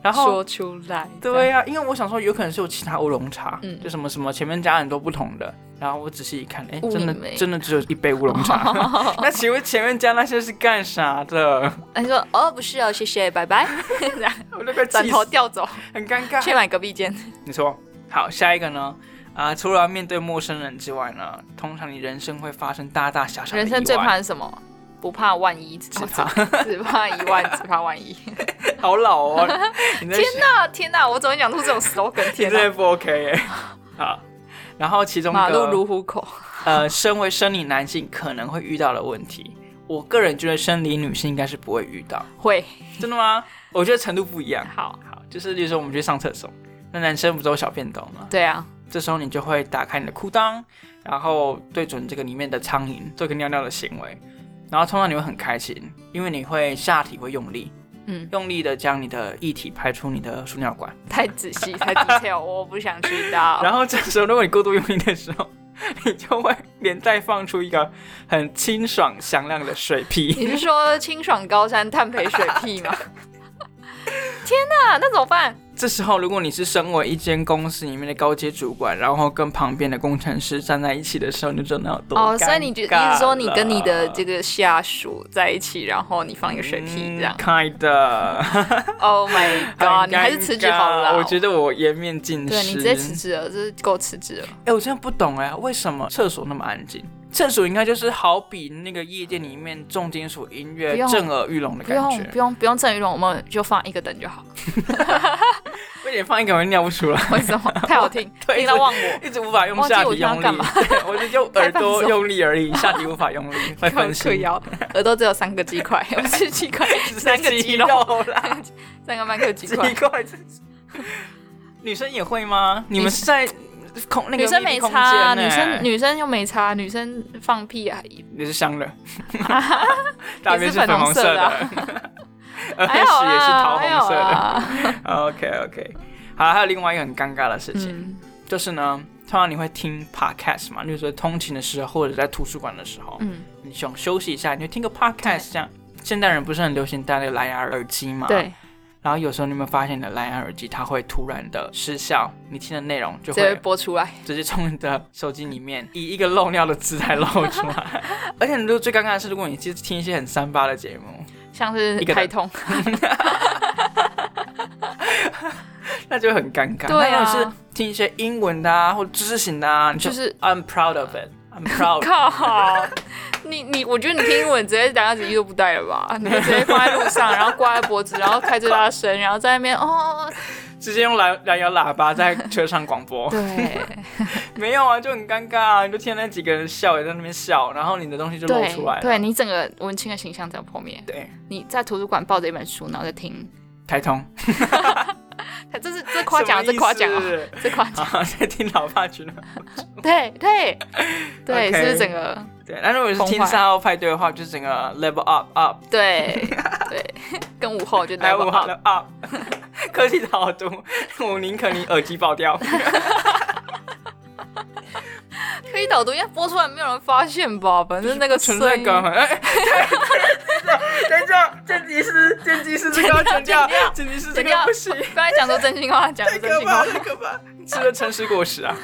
S2: 然后
S1: 说出来，
S2: 对呀、因为我想说有可能是有其他乌龙茶，
S1: 嗯
S2: 就什么什么前面加很多不同的，然后我仔细一看，哎，
S1: 乌
S2: 真的
S1: 龙梅
S2: 真的只有一杯乌 龙茶。那请问前面加那些是干啥的？
S1: 这样，你说哦，不是哦，谢谢，拜拜， 这样
S2: 我那个
S1: 转头调 走，
S2: 很尴尬，
S1: 去买隔壁间，
S2: 你说好，下一个呢？啊、除了面对陌生人之外呢，通常你人生会发生大大小小的
S1: 人
S2: 意外。
S1: 生最怕是什么？不怕万一，只
S2: 只怕
S1: 只怕一万，只怕万一。
S2: 好老 哦！你在
S1: 天哪，啊天哪！我怎么会讲 出这种 slogan？
S2: 你
S1: 天
S2: 这
S1: 哪！
S2: 不 OK 耶？好，然后其中一
S1: 马路
S2: 个
S1: 如虎口，
S2: 呃，身为生理男性可能会遇到的问题，我个人觉得生理女性应该是不会遇到。
S1: 会
S2: 真的吗？我觉得程度不一样。
S1: 好，
S2: 好，就是例如说我们去上厕所，那男生不都有小便斗吗？
S1: 对啊，
S2: 这时候你就会打开你的裤裆，然后对准这个里面的苍蝇做一个尿尿的行为，然后通常你会很开心，因为你会下体会用力，
S1: 嗯，
S2: 用力的将你的液体排出你的输尿管，
S1: 太仔细，太 detail，我不想知道。
S2: 然后这时候如果你过度用力的时候， 你就会连带放出一个很清爽响亮的水屁。
S1: 你是说清爽高山碳培水屁 吗？天哪，那怎么办？
S2: 这时候如果你是身为一间公司里面的高阶主管，然后跟旁边的工程师站在一起的时候，你就知道那有多
S1: 哦，所以你觉
S2: 觉
S1: 你是说你跟你的这个下属在一起，然后你放一个
S2: 个
S1: 水屁这样
S2: ？Kind。
S1: ？Oh my
S2: 嗯 很
S1: god！你还是辞职好
S2: 尴
S1: 了
S2: 尬
S1: 啦。
S2: 我觉得我颜面尽失。
S1: 对你直接辞。职了，这是够辞职了。
S2: 哎、我真的不懂哎、为什么厕所那么安静？厕所应该就是好比那个夜店里面重金属音乐
S1: 不用
S2: 震耳欲聋的
S1: 不
S2: 感
S1: 用不
S2: 觉，
S1: 用不用郑雨龙，我们就放一个等就好。
S2: 我一点放一个我就尿不出来，
S1: 为 什么？太好听，
S2: 对
S1: 听到忘我。
S2: 一直无法用
S1: 忘记
S2: 下
S1: 我
S2: 体
S1: 想要
S2: 用力
S1: 干嘛，
S2: 对我就用耳
S1: 太放
S2: 朵
S1: 松
S2: 用力而已，下体无 法用力，会分
S1: 嗑
S2: 心。
S1: 药，耳朵只有三个鸡 块，不是鸡块，三个
S2: 肌
S1: 鸡
S2: 肉
S1: 肉，
S2: 啦，
S1: 三个半颗鸡
S2: 肌
S1: 块。
S2: 肉。女生也会吗？你们是在空那个
S1: 女生
S2: 密闭
S1: 没
S2: 空
S1: 差啊，
S2: 间
S1: 女
S2: 欸
S1: 生女生又没差，女生放屁啊，
S2: 也是香的，大便
S1: 也是
S2: 粉
S1: 粉
S2: 红
S1: 红
S2: 色
S1: 色的
S2: 的
S1: 啊，
S2: 耳
S1: 还好
S2: 屎也是
S1: 啦，
S2: 桃
S1: 啊还啊
S2: 红
S1: 好
S2: 色的。
S1: 啦，
S2: OK OK，好了，还有另外一个很尴尬的事情，
S1: 嗯
S2: 就是呢，通常你会听 podcast 嘛，例如说通勤的时候或者在图书馆的时候，
S1: 嗯，
S2: 你想休息一下，你就听个 podcast 这样。现代人不是很流行戴那个蓝牙耳机嘛？。
S1: 对，
S2: 然后有时候你有没有发现你的蓝牙耳机它会突然的失效，你听的内容就
S1: 直接
S2: 会
S1: 播出来，
S2: 直接从你的手机里面 以一个漏尿的姿态漏出来。 而且，如果最尴尬的是，如果你是听一些很三八的节目，
S1: 像是
S2: 一个人
S1: 开 通，
S2: 那就很尴尬。
S1: 对啊
S2: 那如果是听一些英文的啊，或知识型的啊，你就
S1: 就是
S2: I'm proud of it。I'm proud，
S1: 靠！你你，我觉得你听英文直接两个子衣都不带了吧？你就直接放在路上，然后挂在脖子，然后开最大声，然后在那边哦，
S2: 直接用蓝蓝牙喇叭在车上广 播，
S1: 对
S2: 没有啊，就很尴尬啊！你就听那几个人笑，也在那边笑，然后你的东西 就露出来
S1: 对
S2: 了。
S1: 对，你整个文青的形象在破灭。
S2: 对，
S1: 你在图书馆抱着一本书，然后在听，
S2: 台通
S1: 这是这夸奖，这夸奖啊，
S2: 啊！
S1: 这夸奖，
S2: 好在听老爸群了。
S1: 对对对，
S2: OK
S1: 是不是整个
S2: 对，那如果是听
S1: 崩坏
S2: 三号派对的话，就是整个 level up up。
S1: 对对， 跟午后就
S2: 来
S1: level
S2: 我好
S1: up，
S2: 了啊！ 科技好毒， 我宁可你耳机爆 掉。
S1: 可以导读，应该播出来没有人发现 吧？反正那个
S2: 存在感
S1: 声音
S2: 很。 哎，等一下，剪辑师，剪辑师这个要剪掉
S1: 剪掉，
S2: 剪辑师这
S1: 剪
S2: 个要
S1: 掉
S2: 不行，
S1: 刚才讲说真心话，讲
S2: 太
S1: 的真
S2: 可
S1: 心话
S2: 怕，。太可怕！吃了诚实 果实啊！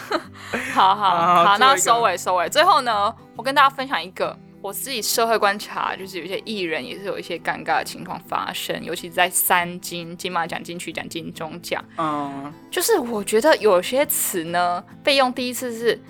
S1: 好好
S2: 好
S1: 好，那
S2: 最后一个
S1: 收尾收尾。最后呢，我跟大家分享一个我自己社会观察，就是有些艺人也是有一些尴尬的情况发生，尤其在三金、金马奖、金曲奖、金钟奖，
S2: 嗯，
S1: 就是我觉得有些词呢被用第一次是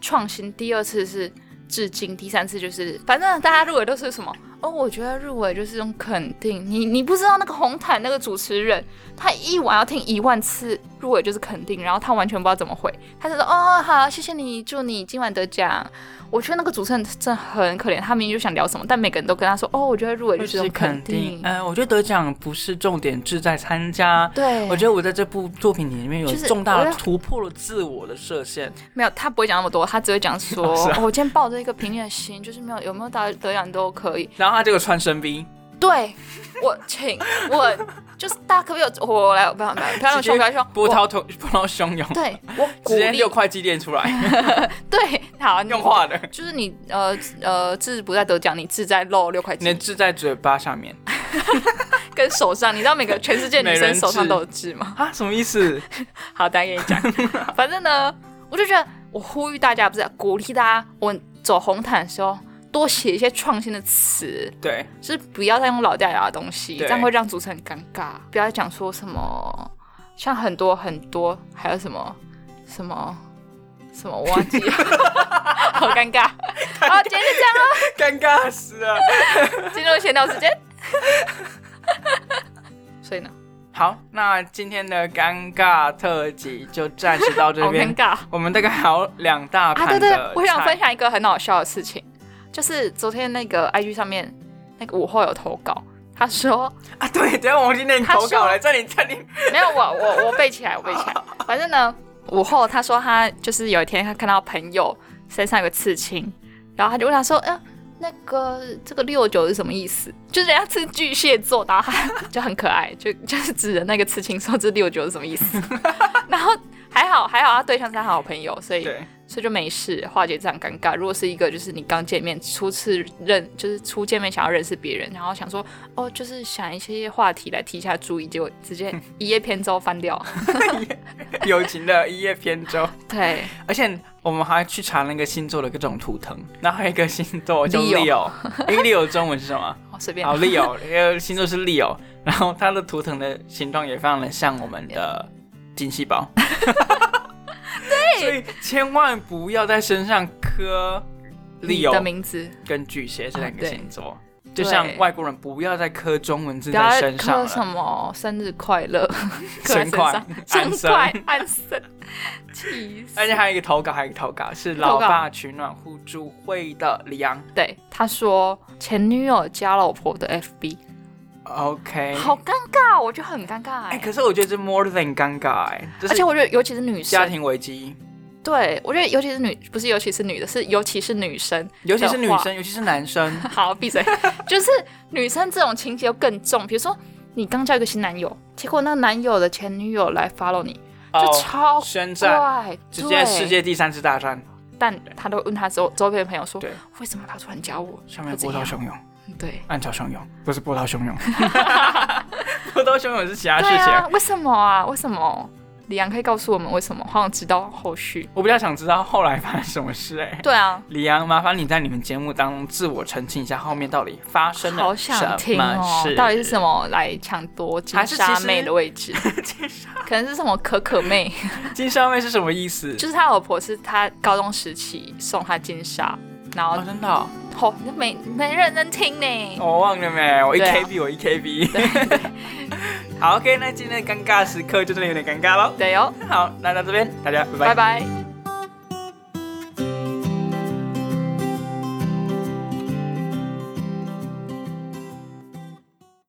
S1: 创新，第二次是致敬，第三次就是反正大家入围都是什么。哦，我觉得入围就是用肯定，你你不知道那个红毯那个主持人，他一晚要听一万次入围就是肯定，然后他完全不知道怎么回，他就说哦好，谢谢你，祝你今晚得奖。我觉得那个主持人真的很可怜，他明明就想聊什么，但每个人都跟他说哦，我觉得入围就是用肯定，
S2: 嗯，我觉得得奖不是重点，志在参加。
S1: 对，
S2: 我觉得我在这部作品里面有
S1: 就是
S2: 重大
S1: 我
S2: 的
S1: 要
S2: 突破了自我的设限，
S1: 没有，他不会讲那么多，他只会讲说，
S2: 是啊
S1: 我今天抱着一个平静的心，就是没有有没有得得奖都可以。
S2: 然后他这个穿深 V，
S1: 对我，请我就是大家可不可以有我来，不要不要不要那么凶，不要凶，
S2: 波
S1: 我
S2: 涛汹波涛汹涌，
S1: 对我鼓
S2: 直接
S1: 励
S2: 六块肌练出来，
S1: 对好你
S2: 用画的。
S1: 就是你呃呃志不在得奖，你志在露六块
S2: 你的
S1: 肌
S2: 痣在嘴巴上面
S1: 跟手上，你知道每个全世界
S2: 美
S1: 女
S2: 人
S1: 生手上
S2: 痣
S1: 都有痣吗？
S2: 啊？什么意思？
S1: 好，大家跟你讲，反正呢，我就觉得我呼吁大家，不是鼓励大家，我走红毯的时候多写一些创新的词，
S2: 对，
S1: 就是不要再用老掉牙的东西，
S2: 对
S1: 这样会让主持人很尴尬。不要讲说什么，像很多很多，还有什么什么什么，我忘 记了，好尴尬。好，今天就这样了，
S2: 尴尬死了。
S1: 今天就闲聊时间。 所以呢，
S2: 好，那今天的尴尬特辑就暂时到这
S1: 好尴
S2: 边。
S1: 尬
S2: 我们大概还有两大
S1: 啊！
S2: 盘
S1: 对
S2: 的
S1: 对
S2: 菜、
S1: 对，我想分享一个很好笑的事情，就是昨天那个 IG 上面那个午后有投稿，他说
S2: 啊，对，等一下我忘记念
S1: 他
S2: 投稿
S1: 说
S2: 了，这里这里，
S1: 没有，我我我背起来，我背起来。反正呢，午后他说他就是有一天他看到朋友身上有个刺青，然后他就问他说，嗯、那个这个六九是什么意思？就是人家是巨蟹座，然后他 就很可爱，就就是指着那个刺青说这六九是什么意思。 然后还好还好，他对象是他好朋友，所以
S2: 对，
S1: 所以就没事，化解这样尴尬。如果是一个就是你刚见面初次认，就是初见面想要认识别人，然后想说哦，就是想一些话题来提一下注意，结果直接一叶扁舟翻 掉。
S2: 友情的一叶扁舟。
S1: 对，
S2: 而且我们还去查那个星座的各种图腾，然后还有一个星座叫 Leo，
S1: Leo
S2: 因为 Leo 中文是什么？
S1: 好随便
S2: 好。，Leo，呃， 星座是 Leo，然后它的图腾的形状也非常的像我们的金 细胞。对，所以千万不要在身上刻
S1: 你的
S2: Leo
S1: 名字
S2: 跟巨蟹这两
S1: 啊
S2: 个
S1: 对
S2: 星座，就像
S1: 对
S2: 外国人不要再刻中文字
S1: 不要
S2: 在身上
S1: 刻什
S2: 了。
S1: 么生日快乐，刻在
S2: 神
S1: 身
S2: 快
S1: 上，
S2: 安
S1: 生
S2: 生
S1: 快 安生，气死
S2: 而！且还有一个投稿，还有一个投稿是老
S1: 投稿
S2: 爸取暖互助会的李昂。
S1: 对，他说前女友加老婆的 FB，
S2: OK，
S1: 好尴尬，我觉得很尴尬
S2: 哎、
S1: 哎、
S2: 可是我觉得这 more than 尴尬哎、这
S1: 而且
S2: 是
S1: 我觉得尤其是女生
S2: 家，庭危机。
S1: 对我觉得尤其是女，不是尤其是女的，是尤其是女生。
S2: 尤其是女
S1: 的话
S2: 生，尤其是男生，
S1: 好，闭 嘴。就是女生这种情节又更重，比如说你刚交一个新男友，结果那个男友的前女友来 follow 你， 就
S2: 哦，
S1: 超
S2: 宣战，
S1: 怪，
S2: 直接
S1: 对
S2: 世。界第三次大战，
S1: 但他都问他周周边的朋友说
S2: 对，
S1: 为什么他突然加我？
S2: 上面
S1: 他怎
S2: 波涛
S1: 样
S2: 汹涌，
S1: 对。
S2: 暗潮汹涌，不是波涛 汹涌， 波涛汹涌是其他事
S1: 对
S2: 情。
S1: 啊，为什么啊？为什么？李阳可以告诉我们为什么？好想知道后续。
S2: 我比较想知道后来发生什么事哎、
S1: 对啊，
S2: 李阳，麻烦你在你们节目当中自我澄清一下，后面到底发生
S1: 好
S2: 了什
S1: 想听
S2: 么
S1: 哦
S2: 事？，
S1: 到底是什么来抢夺金
S2: 啊还是其
S1: 沙
S2: 实
S1: 妹的位置？ 可能是什么可可妹，
S2: 金沙妹是什么意思？
S1: 就是他老婆是他高中时期送他金沙，然后
S2: 哦，真的哦，
S1: 吼、你没没认真听呢。
S2: 我忘了没，我一
S1: 对啊
S2: KB，、我一 KB。好，OK，那今天的尴尬时刻就真的有点尴尬喽。
S1: 对哦，
S2: 好，那到这边，大家拜拜
S1: 拜。拜